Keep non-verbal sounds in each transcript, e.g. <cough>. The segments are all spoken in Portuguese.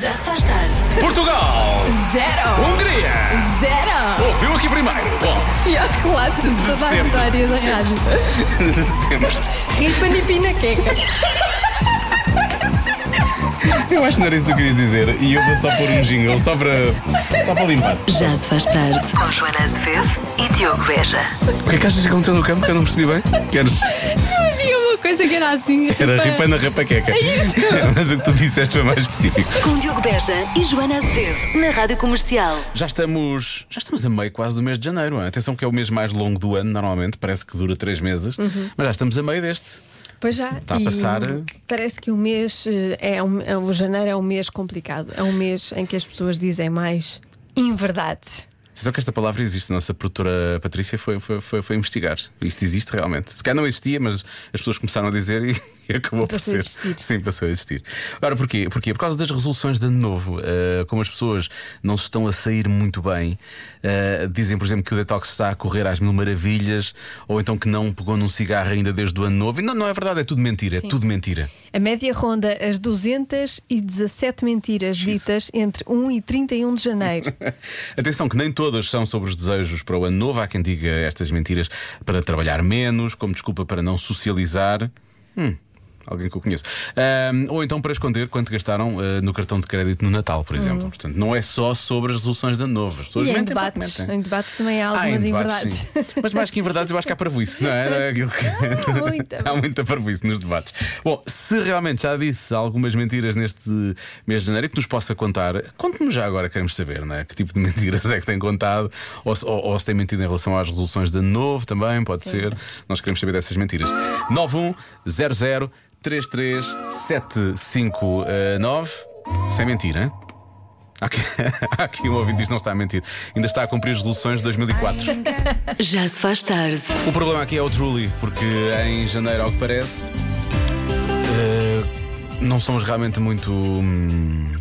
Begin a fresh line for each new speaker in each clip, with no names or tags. Já se faz tarde.
Portugal!
Zero!
Hungria!
Zero!
Ouviu aqui primeiro! Bom,
Pior relato de toda a
Sempre,
história da rádio.
sempre.
Ripa Nipina Queca.
Eu acho que não era isso que eu queria dizer e eu vou só pôr um jingle só para, só para limpar.
Já se faz
<laughs>
tarde.
Com Joana Azevedo e Diogo Veja.
O que é que achas que aconteceu no campo que eu não percebi bem? Queres?
Não havia uma coisa que era assim.
Era ripa na rapaqueca. <laughs> Mas o que tu disseste foi mais específico.
Com Diogo Beja e Joana Azevedo na Rádio Comercial.
Já estamos, já estamos a meio quase do mês de janeiro. hein? Atenção que é o mês mais longo do ano, normalmente, parece que dura três meses, mas já estamos a meio deste.
Pois já.
Está Tá a
e
passar-
Parece que o mês eh, é, um, é o janeiro é um mês complicado. É um mês em que as pessoas dizem mais inverdades.
Só que esta palavra existe. A nossa produtora Patrícia foi, foi, foi, foi investigar. Isto existe realmente. Se calhar não existia, mas as pessoas começaram a dizer e, <laughs> e acabou por
Passou a
ser.
existir.
Sim, passou a existir. Ora, porquê? Porquê? Por causa das resoluções de ano novo. Ah, como as pessoas não se estão a sair muito bem, ah, dizem, por exemplo, que o detox está a correr às mil maravilhas, ou então que não pegou num cigarro ainda desde o ano novo. E não, não é verdade, é tudo mentira. É tudo mentira.
A média ronda as 217 mentiras ditas entre 1 e 31 de janeiro.
Atenção, que nem todas são sobre os desejos para o ano novo. Há quem diga estas mentiras para trabalhar menos, como desculpa para não socializar. Hum, alguém que eu conheço. Ahm, ou então para esconder quanto gastaram ah, no cartão de crédito no Natal, por exemplo. Portanto, não é só sobre as resoluções de ano novo. As pessoas
Hum. e em
mentem porque
debates.
mentem.
Em debates também há
Ah, em
algumas
debates,
inverdades.
sim. Mas mais que em verdade, eu acho que há parvoíce, não é? Não é aquilo que- <laughs>
Há Ah, muita.
Há muita parvoíce nos debates. Bom, se realmente já disse algumas mentiras neste mês de janeiro e que nos possa contar, conte-nos já agora, queremos saber, não é? Que tipo de <laughs> mentiras é que tem contado ou se, ou- ou se tem mentido em relação às resoluções de ano novo também, pode ser. Nós queremos saber dessas mentiras. 9100 33759 eh, Sem mentira, hein? Há aqui, <laughs> há aqui um ouvinte que diz que não está a mentir. Ainda está a cumprir as resoluções de 2004.
Já se faz tarde.
O problema aqui é o Truly, porque em janeiro, ao que parece, eh, não somos realmente muito. hum,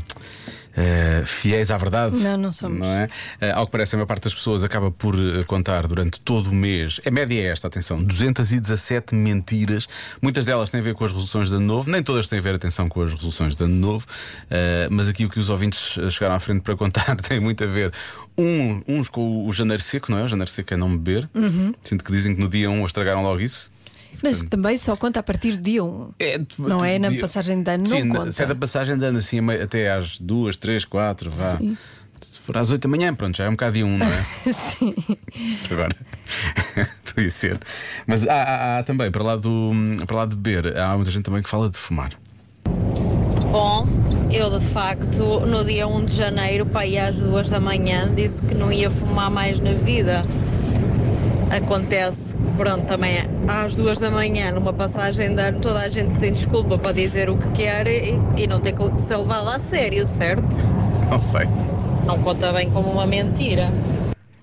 eh, fiéis à verdade.
Não, não somos.
Não é? Eh, ao que parece, a maior parte das pessoas acaba por eh, contar durante todo o mês. A média é esta, atenção: 217 mentiras. Muitas delas têm a ver com as resoluções de ano novo, nem todas têm a ver, atenção, com as resoluções de ano novo. Eh, mas aqui o que os ouvintes eh, chegaram à frente para contar <laughs> tem muito a ver. Um, uns com o, o janeiro seco, não é? O janeiro seco é não beber.
Uhum.
Sinto que dizem que no dia 1 estragaram logo isso.
Mas também só conta a partir de dia 1.
É, tu-
Não
tu-
é na
dia-
passagem de ano,
Sim,
não
na-
conta.
Se é da passagem de ano, assim, meio- até às duas, três, quatro, vá.
Sim.
Se for às oito da manhã, pronto, já é um bocado de um, não é?
<laughs>
<laughs>
Sim.
Agora. <laughs> Podia ser. Mas há, há- há também, para lá, do, para lá de beber, há muita gente também que fala de fumar. <laughs>
Bom, eu de facto no dia 1 de janeiro, para ir às 2 da manhã, disse que não ia fumar mais na vida. Acontece que, pronto, também é às 2 da manhã, numa passagem de ano, toda a gente tem desculpa para dizer o que quer e, e não ter que ser levado a sério, certo?
Não sei.
Não conta bem como uma mentira.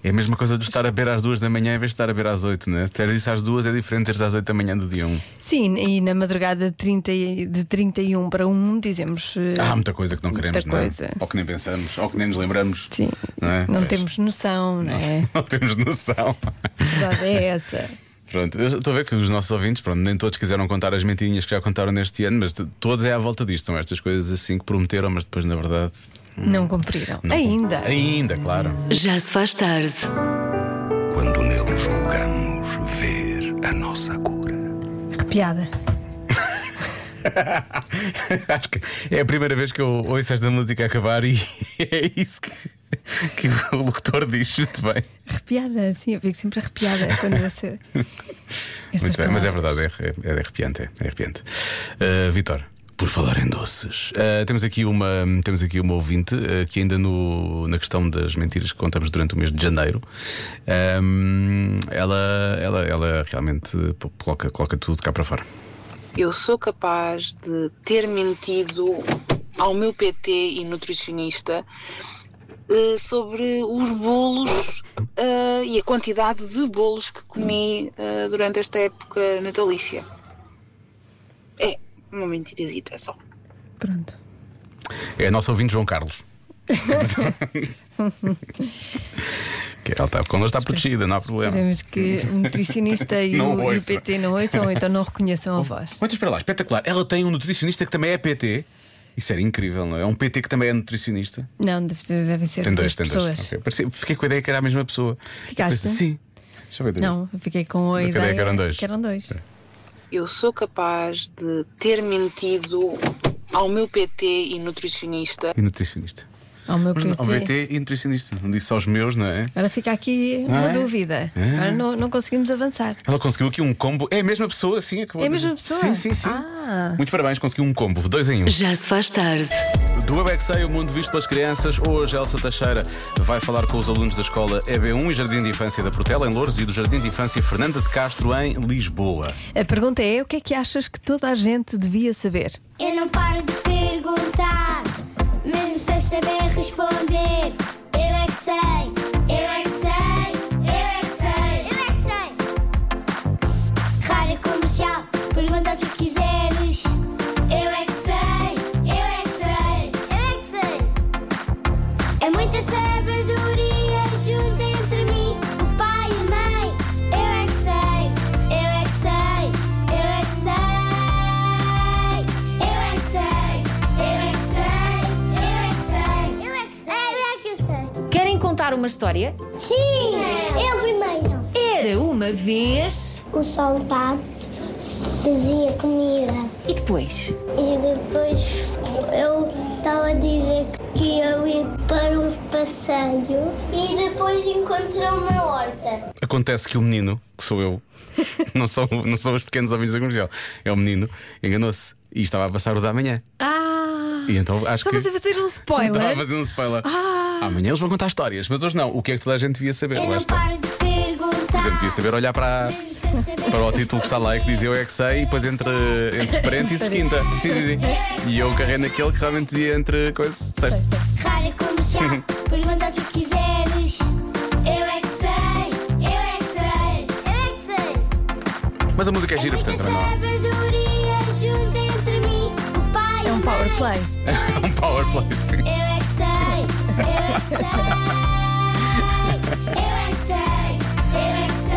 É a mesma coisa de estar a beber às duas da manhã em vez de estar a beber às oito, né? Se teres isso às duas é diferente teres às oito da manhã do dia um.
Sim, e na madrugada de, 30, e- de 31 para 1 dizemos. eh,
Há muita coisa que não
Muita
queremos, não é?
coisa.
Ou que nem pensamos, ou que nem nos lembramos.
Sim,
Não é? Pois.
temos noção, não é?
<laughs> Não temos
<laughs>
noção.
A verdade é essa.
Pronto, eu estou a ver que os nossos ouvintes, pronto, nem todos quiseram contar as mentirinhas que já contaram neste ano, mas t- todos é à volta disto. São estas coisas assim que prometeram, mas depois, na verdade.
Não cumpriram.
Hum. não-
Ainda.
Ainda, claro. <laughs>
Já se faz tarde.
Quando nele julgamos ver a nossa cura.
Arrepiada.
Acho que é a primeira vez que eu ouço esta música acabar e <laughs> é isso que, que o locutor diz. Muito bem.
Arrepiada, sim, eu fico sempre arrepiada quando
<laughs>
você. Estas
Muito bem, mas é
palavras.
verdade, é, é, é arrepiante, é, é arrepiante. Uh, Vitor, por falar em doces, uh, temos, aqui uma, temos aqui uma ouvinte uh, que, ainda no, na questão das mentiras que contamos durante o mês de janeiro, um, ela, ela, ela realmente pô- coloca, coloca tudo cá para fora.
Eu sou capaz de ter mentido ao meu PT e nutricionista eh, sobre os bolos eh, e a quantidade de bolos que comi eh, durante esta época natalícia. É uma mentirazita só.
Pronto.
É a nossa ouvinte João Carlos. Que ela está, quando ela está protegida, não há problema.
Esperemos
<laughs>
que o nutricionista e,
Não
o, e o
ouça.
PT não ouçam, ou então não reconheçam a voz.
Mas espera lá, espetacular. Ela tem um nutricionista que também é PT. Isso era incrível, não é? É um PT que também é nutricionista.
Não, deve ser- devem ser
Tem dois,
duas
tem
pessoas.
dois. Ok. Parecia- Fiquei com a ideia que era a mesma pessoa.
Ficaste?
Depois- sim. Deixa eu ver.
Não, eu fiquei com a
Da cadeia
ideia
é que eram dois. É.
que eram dois.
Eu sou capaz de ter mentido ao meu PT e nutricionista
E nutricionista.
Ao meu
Mas não,
PT.
Ao PT e nutricionista. Não disse aos meus, não é?
Agora fica aqui uma
é?
dúvida. Agora não, não conseguimos avançar.
Ela conseguiu aqui um combo. É a mesma pessoa, sim, acabou
É a
de
mesma
dizer.
pessoa?
Sim, sim, sim.
Ah.
Muito parabéns, conseguiu um combo, dois em um.
Já se faz tarde.
Do EBEXEI, o mundo visto pelas crianças, hoje Elsa Teixeira vai falar com os alunos da escola EB1 e Jardim de Infância da Portela, em Louros, e do Jardim de Infância Fernanda de Castro, em Lisboa.
A pergunta é: o que é que achas que toda a gente devia saber?
Eu não paro de perguntar, mesmo sem saber responder. Eu é que sei, eu é que sei, eu é que sei, eu é que sei. Rádio comercial, pergunta o que quiseres. Eu é que sei, eu é que sei, eu é que sei. É muita sabedoria junto entre mim, o pai e a mãe. Eu é que sei, eu é que sei, eu é que sei. Eu é que sei, eu é que sei, eu é que sei, eu é que sei, eu é que sei.
Querem contar uma história?
Sim, eu primeiro.
Era uma vez.
O soldado fazia comida
E depois?
e depois eu estava a dizer que eu ia para um passeio e depois encontrei uma horta.
Acontece que o menino, que
<laughs>
sou eu, não são, não são os pequenos ouvintes da comercial, é o menino, enganou-se e estava a passar o da manhã.
Ah!
E então acho
Estavas
que.
a fazer um
Estava a
spoiler. Ah.
fazer um spoiler. Amanhã eles vão contar histórias, mas hoje não. O que é que toda a gente devia saber?
Eu
Lá
não
está.
paro de
Por exemplo, devia
perguntar.
saber olhar para, para o título que está lá e que diz eu é que sei, e depois entre, entre parênteses quinta. Sim, sim, sim. E eu carrei naquele que realmente dizia entre coisas. Sexta.
Rádio
Uhum.
comercial, pergunta o que quiseres. Eu é que sei, eu é que sei, eu é que sei.
Mas a música é gira, portanto,
Muita
não há-
sabedoria junto entre mim, o pai
É um
e a mãe.
power play.
<laughs> é um powerplay. Sim.
Eu é que sei, eu é que sei. Eu é que sei, eu é que sei,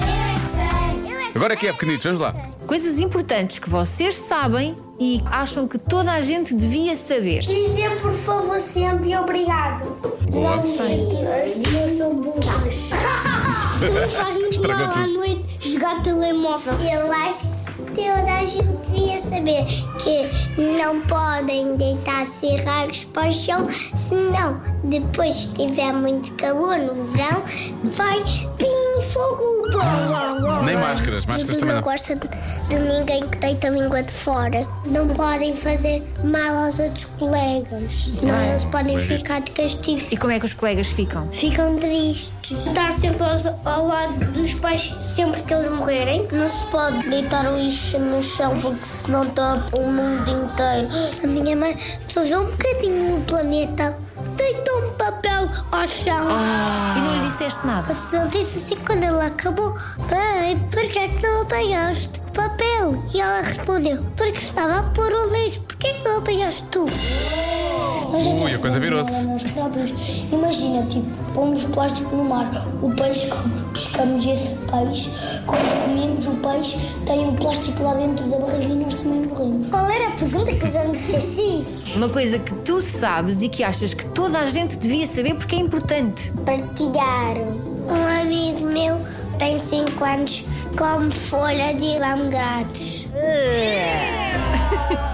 eu é que sei. Eu é que
Agora aqui
sei,
é pequenitos, vamos lá.
Coisas importantes que vocês sabem e acham que toda a gente devia saber.
Dizer por favor sempre e obrigado.
Boa.
Não dizer que as minhas são burras. Tá. <laughs> tu me faz muito
Estragou
mal à noite jogar telemóvel. Eu acho que toda a gente devia saber que não podem deitar cerrados para o chão, senão depois se tiver muito calor no verão, vai pim fogo.
Nem máscaras, máscaras
Jesus
também
não
não.
gosta de, de ninguém que deita a língua de fora. Não podem fazer mal aos outros colegas, senão eles podem
Bem visto.
ficar de castigo.
é? E como é que os colegas ficam?
Ficam tristes. Estar sempre aos- ao, lado dos pais sempre que eles morrerem. Não se pode deitar o lixo no chão porque senão está o mundo inteiro. A minha mãe sujou um bocadinho o planeta. Deitou um papel ao chão.
Ah, E não lhe disseste nada.
Eu disse assim quando ela acabou: Pai, porquê é que não apanhaste o papel? E ela respondeu: Porque estava a pôr o lixo, porquê é que não apanhaste tu?
Ui, a coisa virou-se.
Imagina, tipo, pomos o plástico no mar, o peixe, pescamos esse peixe, quando comemos o peixe, tem o plástico lá dentro da barriga e nós também morremos. Qual era a pergunta que já me esqueci?
Uma coisa que tu sabes e que achas que toda a gente devia saber porque é importante.
partilhar. Um amigo meu tem 5 anos, come folha de lã grátis.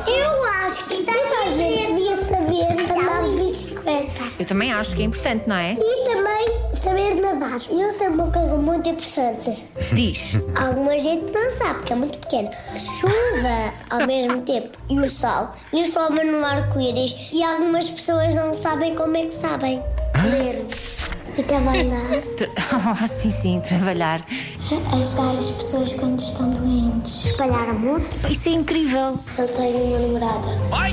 Eu acho que toda a gente devia saber andar de bicicleta.
Eu também acho que é importante, não é?
E também saber nadar. Eu sei uma coisa muito importante.
Diz.
Alguma gente não sabe, porque é muito pequena. Chuva ao
<laughs>
mesmo tempo e o sol nos forma num arco-íris. E algumas pessoas não sabem como é que sabem. Ler. E trabalhar.
Ah. Tra- <laughs> Oh, sim, sim, trabalhar.
Ajudar as pessoas quando estão doentes. Espalhar amor.
Isso é incrível.
Eu tenho uma namorada. <laughs> Oi!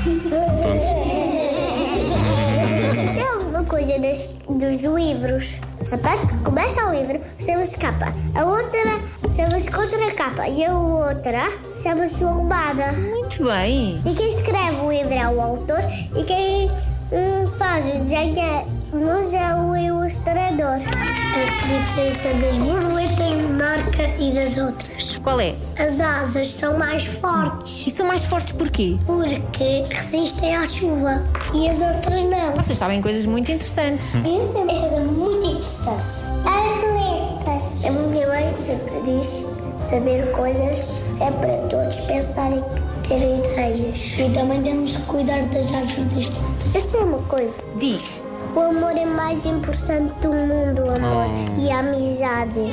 Isso é uma coisa das- dos livros. A parte que começa o livro chama-se capa. A outra chama-se contracapa. E a outra chama-se lombada.
Muito bem.
E quem escreve o livro é o autor. E quem hum, faz nós, o desenhamos é o ilustrador. A diferença das borboletas marca e das outras.
Qual é?
As asas são mais fortes
E são mais fortes porquê?
porque resistem à chuva e as outras não.
Vocês sabem coisas muito interessantes.
Isso é uma coisa muito interessante. As letras. A minha mãe sempre diz saber coisas é para todos pensarem e ter ideias. E também temos que cuidar das árvores das plantas. Isso é uma coisa.
Diz.
O amor é mais importante do mundo, o amor
Oh.
e a amizade. é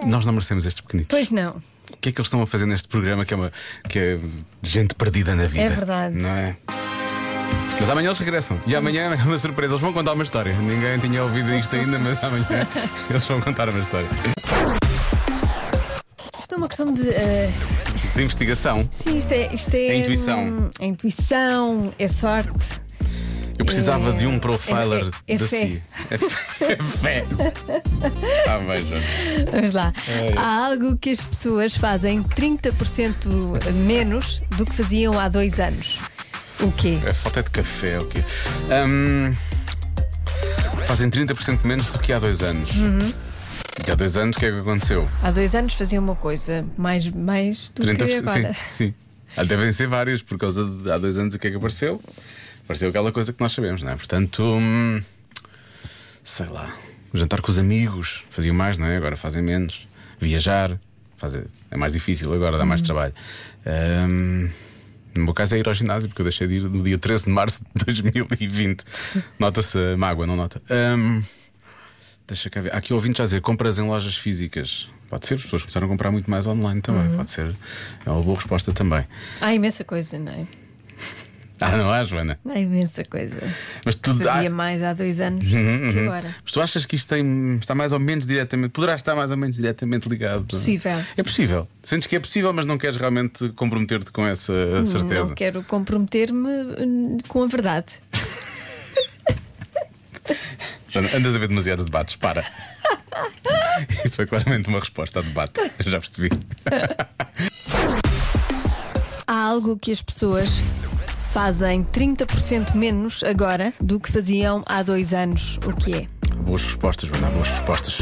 é
Nós não merecemos estes pequenitos.
Pois não.
O que é que eles estão a fazer neste programa que é, uma, que é gente perdida na vida?
É verdade.
Não é? Mas amanhã eles regressam. E amanhã é uma surpresa. Eles vão contar uma história. Ninguém tinha ouvido isto ainda, mas
<laughs>
amanhã eles vão contar uma história.
Isto é uma questão de. eh,
De investigação,
sim, isto é. Isto é
É intuição.
hum, é intuição, é sorte.
eu precisava
É-
de um profiler
é fé- é
da
fé.
CIA. É
<laughs>
fé. É fé. Ah, bem, Joana.
Vamos lá.
É.
Há algo que as pessoas fazem 30% menos do que faziam há dois anos. O quê?
É falta de café, ok. Hum, fazem 30% menos do que há dois anos.
Uhum.
E há dois anos o que é que aconteceu?
Há dois anos faziam uma coisa mais, mais do que
30%.
agora.
Sim, sim. Ah, Devem ser vários, por causa de há dois anos o que é que apareceu? Apareceu aquela coisa que nós sabemos, não é? Portanto, hum, sei lá. Jantar com os amigos, faziam mais, não é? Agora fazem menos. Viajar, fazer, é mais difícil agora, dá mais
Uhum.
trabalho. Hum, no meu caso é ir ao ginásio, porque eu deixei de ir no dia 13 de março de
<laughs>
2020. Nota-se a mágoa, não nota? Hum, Deixa cá ver. Há aqui ouvintes a dizer compras em lojas físicas. Pode ser, as pessoas começaram a comprar muito mais online também. Pode ser. É uma boa resposta também.
Há imensa coisa, não é?
Ah, não há, Joana?
Há imensa coisa.
Mas Uhum, tu,
Fazia
ah,
mais há dois anos do que agora.
mas tu achas que isto tem, está mais ou menos diretamente. Poderá estar mais ou menos diretamente ligado?
Possível.
É possível. Sentes que é possível, mas não queres realmente comprometer-te com essa certeza.
Hum, Não quero comprometer-me hum, com a verdade.
Joana, andas a ver demasiados debates. Para. <laughs> Isso foi claramente uma resposta a debate. <laughs> Eu já percebi.
Há algo que as pessoas fazem 30% menos agora do que faziam há dois anos. O que é?
Boas respostas, Joana. Boas respostas.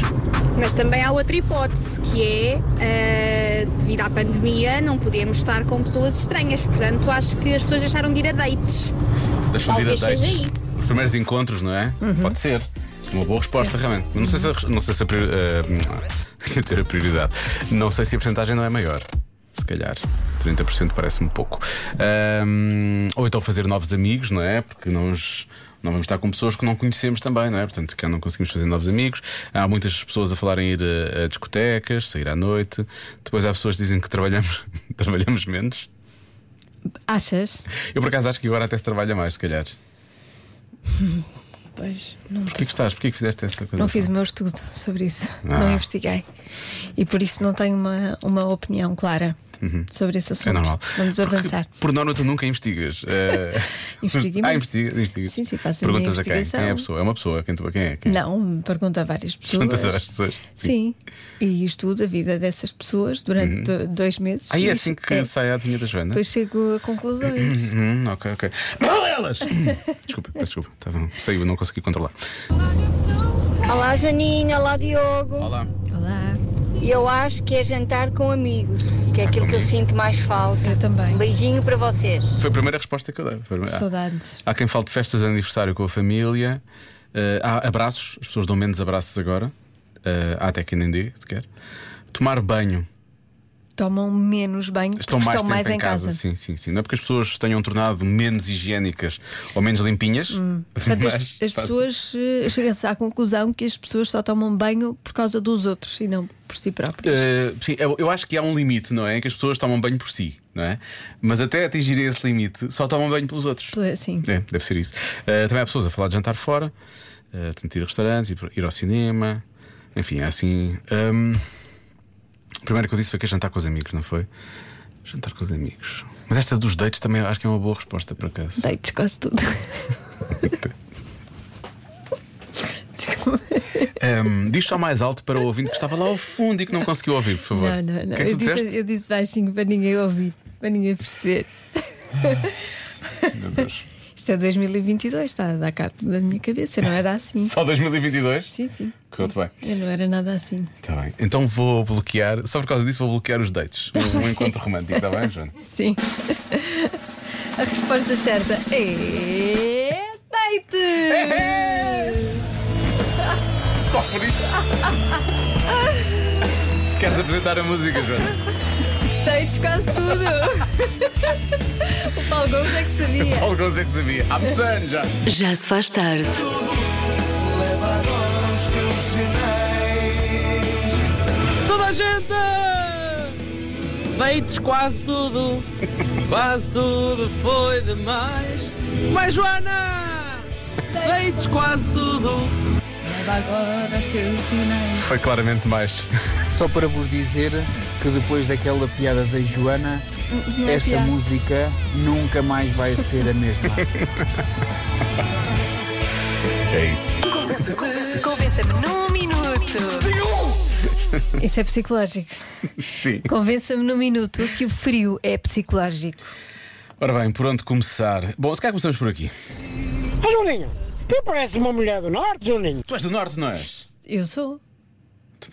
Mas também há outra hipótese, que é, eh, devido à pandemia, não podíamos estar com pessoas estranhas. Portanto, acho que as pessoas deixaram de ir a dates.
Deixam de ir a
Talvez seja
dates.
isso.
Os primeiros encontros, não é? Pode ser. Uma boa resposta, realmente. Não sei se, a res- não sei se a, priori- eh, <laughs> quer dizer, a prioridade. Não sei se a porcentagem não é maior. Se calhar. 30% parece-me pouco. Ahm, ou então fazer novos amigos, não é? Porque nós. Não vamos estar com pessoas que não conhecemos também, não é? Portanto, que não conseguimos fazer novos amigos. Há muitas pessoas a falarem ir a, a discotecas, sair à noite. Depois há pessoas que dizem que trabalhamos, <laughs> trabalhamos menos.
Achas?
Eu, por acaso, acho que agora até se trabalha mais, se calhar.
Pois, não,
Porquê que estás? Porquê que fizeste essa coisa?
não fiz o meu estudo sobre isso.
Ah.
Não investiguei. E por isso não tenho uma, uma opinião clara sobre esse assunto.
É normal.
Vamos
Porque,
avançar.
Por norma, tu
<laughs>
nunca investigas. Eh,
Investigo
ah,
imenso.
investiga, investiga.
Sim, sim, faço a minha
Perguntas a quem? Quem é a
investigação.
pessoa? É uma pessoa. Quem, tu- quem é? Quem é?
Não, pergunto a várias pessoas.
Perguntas às pessoas.
Sim. E estudo a vida dessas pessoas durante do- dois meses.
Aí
E
é assim que
é,
sai a adivinha da Joana.
Depois chego a conclusões.
Hum, ok, ok.
<laughs>
Malelas! desculpa, peço desculpa. Tá Estava- Saiu, não consegui controlar.
Olá, Janinha. Olá, Diogo.
Olá.
Olá,
Eu acho que é jantar com amigos, que é aquilo que eu sinto mais falta.
eu também.
Beijinho para vocês.
Foi a primeira resposta que eu dei. Foi a primeira-
Saudades.
Há quem fale de festas de aniversário com a família. Eh, há abraços, as pessoas dão menos abraços agora. Eh, há até quem nem dê, sequer. Tomar banho.
Tomam menos bem
Estão
porque
mais
estão
tempo
mais em casa.
Sim, sim, sim. Não é porque as pessoas se tenham tornado menos higiênicas ou menos limpinhas.
Hum.
<laughs>
Portanto, as,
mas
as
passa-
pessoas eh, chegam-se à conclusão que as pessoas só tomam banho por causa dos outros e não por si próprias.
Eh, sim, eu, eu acho que há um limite, não é? Que as pessoas tomam banho por si, não é? Mas até atingirem esse limite, só tomam banho pelos outros.
Pela- Sim.
É, deve ser isso. Eh, também há pessoas a falar de jantar fora, eh, tanto ir a restaurantes, ir, ir ao cinema, enfim, é assim. Ahm, a primeira que eu disse foi que é jantar com os amigos, não foi? Jantar com os amigos. Mas esta dos dates também acho que é uma boa resposta,
<laughs>
por acaso.
Deites quase tudo. Desculpa.
Ahm, diz só mais alto para o ouvinte que estava lá ao fundo e que não conseguiu ouvir, por favor.
Não, não, não.
O que é que
eu,
tu disseste?
disse, eu disse baixinho para ninguém ouvir. para ninguém perceber.
Meu Deus.
Isto é 2022, está a dar cabo da minha cabeça, não era assim.
Só 2022?
Sim, sim.
Correu-te bem.
Eu não era nada assim.
Tá bem. Então vou bloquear, só por causa disso vou bloquear os dates.
Tá
Um, um encontro romântico, está bem, João?
Sim. <laughs> A resposta certa é.
É,
Deite!
Só por isso. Queres apresentar a música, João?
Deites quase tudo! <laughs> o Paulo Gomes é que sabia.
Paulo Gonzo é que sabia. Há muitos anos já.
Já se faz tarde.
Toda a gente! Deites quase tudo, quase tudo foi demais. Mas Joana! Deites quase tudo!
Leva agora os teus sinais.
Foi claramente mais.
Só para vos dizer que depois daquela piada da Joana,
Hum,
Não é
esta
piada.
música nunca mais
<laughs>
vai ser a mesma.
É isso.
Convença-me num minuto.
Isso é psicológico.
Sim.
Convença-me num minuto que o frio é psicológico.
Ora bem, por onde começar? Bom, se calhar começamos por aqui.
Mas Juninho, tu pareces uma mulher do norte, Juninho!
Tu és do Norte, não és?
Eu sou.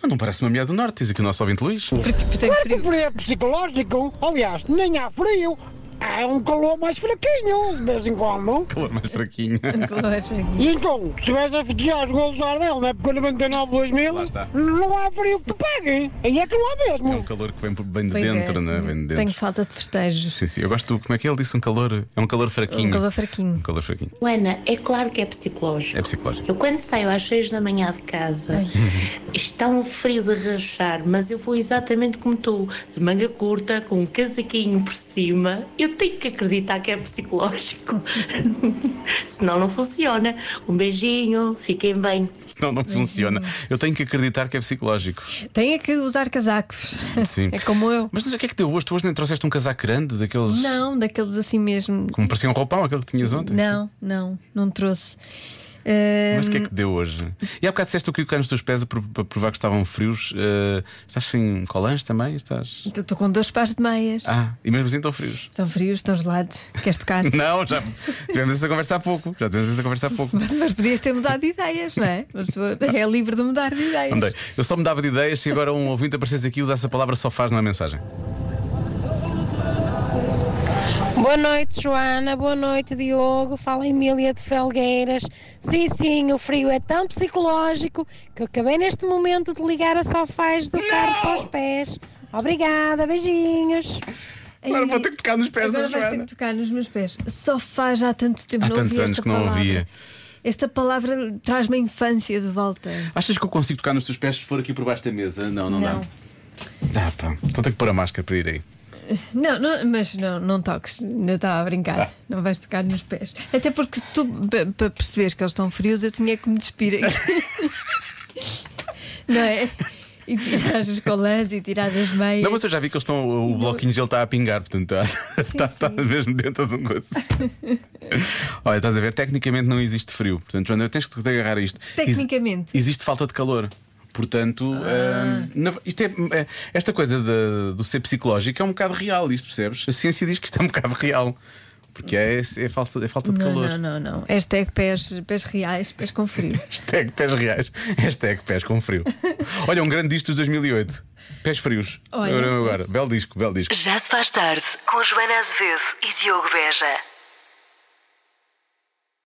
Mas não parece uma mulher do Norte, diz aqui o nosso ouvinte Luís.
Porque porque tenho
O
frio.
frio é psicológico, aliás, nem há frio, há um calor mais fraquinho, de vez em quando.
Calor mais fraquinho.
E então, se tivesse a festejar os golos do é? Jardel na época 99, 2000,
Lá está.
não há frio que te pague. Aí é que não há
É um
mesmo.
calor que vem, por- vem de
Pois é,
dentro, não é? Vem de
Tenho
dentro.
falta de festejos.
Sim, sim. Eu gosto do. Como é que ele disse? Um calor. É um calor fraquinho.
Um calor fraquinho.
Um calor fraquinho.
Luana, é claro que é psicológico.
É psicológico.
Eu quando saio às 6 da manhã de casa, <laughs> está um frio de rachar, mas eu vou exatamente como tu, de manga curta, com um casaquinho por cima. Eu tenho que acreditar que é psicológico. Senão não funciona. Um beijinho, fiquem bem.
Senão não funciona. Eu tenho que acreditar que é psicológico.
Tenho é que usar casacos.
Sim.
<laughs> É como eu.
Mas o que é que deu hoje? Tu hoje nem trouxeste um casaco grande daqueles.
Não, daqueles assim mesmo.
Como parecia um roupão, aquele que tinhas ontem.
Não, Hum. não, não trouxe. Ahm,
Mas o que é que deu hoje? E há bocado disseste o que caiu nos teus pés a pro- para provar que estavam frios. eh, estás sem colãs também? Estás.
então Estou com dois pares de meias.
Ah, e mesmo assim estão frios. <laughs>
Estão frios, estão gelados. Queres tocar?
Não, já tivemos essa conversa há pouco. Já tivemos essa conversa há pouco.
Mas podias ter mudado de ideias, não é? Mas é livre de mudar de ideias.
Andei. Eu só me dava de ideias se agora um ouvinte aparecesse aqui e usasse a palavra só faz na mensagem.
Boa noite, Joana. Boa noite, Diogo. Fala Emília de Felgueiras. Sim, sim, o frio é tão psicológico que eu acabei neste momento de ligar a sofás do carro para os pés. Obrigada, beijinhos.
Agora vou ter que tocar nos pés
Agora
da
vais ter
Joana.
que tocar nos meus pés. Só faz há tanto tempo
Há
não
tantos
ouvia
anos
esta
que não
palavra.
ouvia.
Esta palavra traz-me a infância de volta.
Achas que eu consigo tocar nos teus pés se for aqui por baixo da mesa? Não, não,
Não.
dá. Ah, pá. Então tenho que pôr a máscara para ir aí.
Não, não, mas não, não toques, não estava a brincar.
Ah.
Não vais tocar nos pés. Até porque se tu pa- para perceberes que eles estão frios, eu tinha que me despir
<laughs>
aqui. não é? E tirar os colãs e tirar as meias.
Não, mas eu já vi que eles estão, o bloquinho de gelo está a pingar, portanto está, <laughs> está, está
sim.
mesmo dentro de
<laughs>
um gozo. Olha, estás a ver, tecnicamente não existe frio, portanto, Joana, tens que te agarrar a isto.
Tecnicamente. Ah.
Ex- existe falta de calor. Portanto, hum, na- isto é, é- esta coisa de- do ser psicológico é um bocado real, isto percebes? A ciência diz que isto é um bocado real. Porque é, é falta, é falta de
não,
calor.
não, não, não. Hashtag pés, pés reais, pés com frio.
Hashtag pés reais, hashtag pés
<laughs>
com frio. Olha, um grande disco dos 2008. Pés frios.
Olha,
agora, agora. Belo disco, belo disco.
Já se faz tarde com Joana Azevedo e Diogo Beja.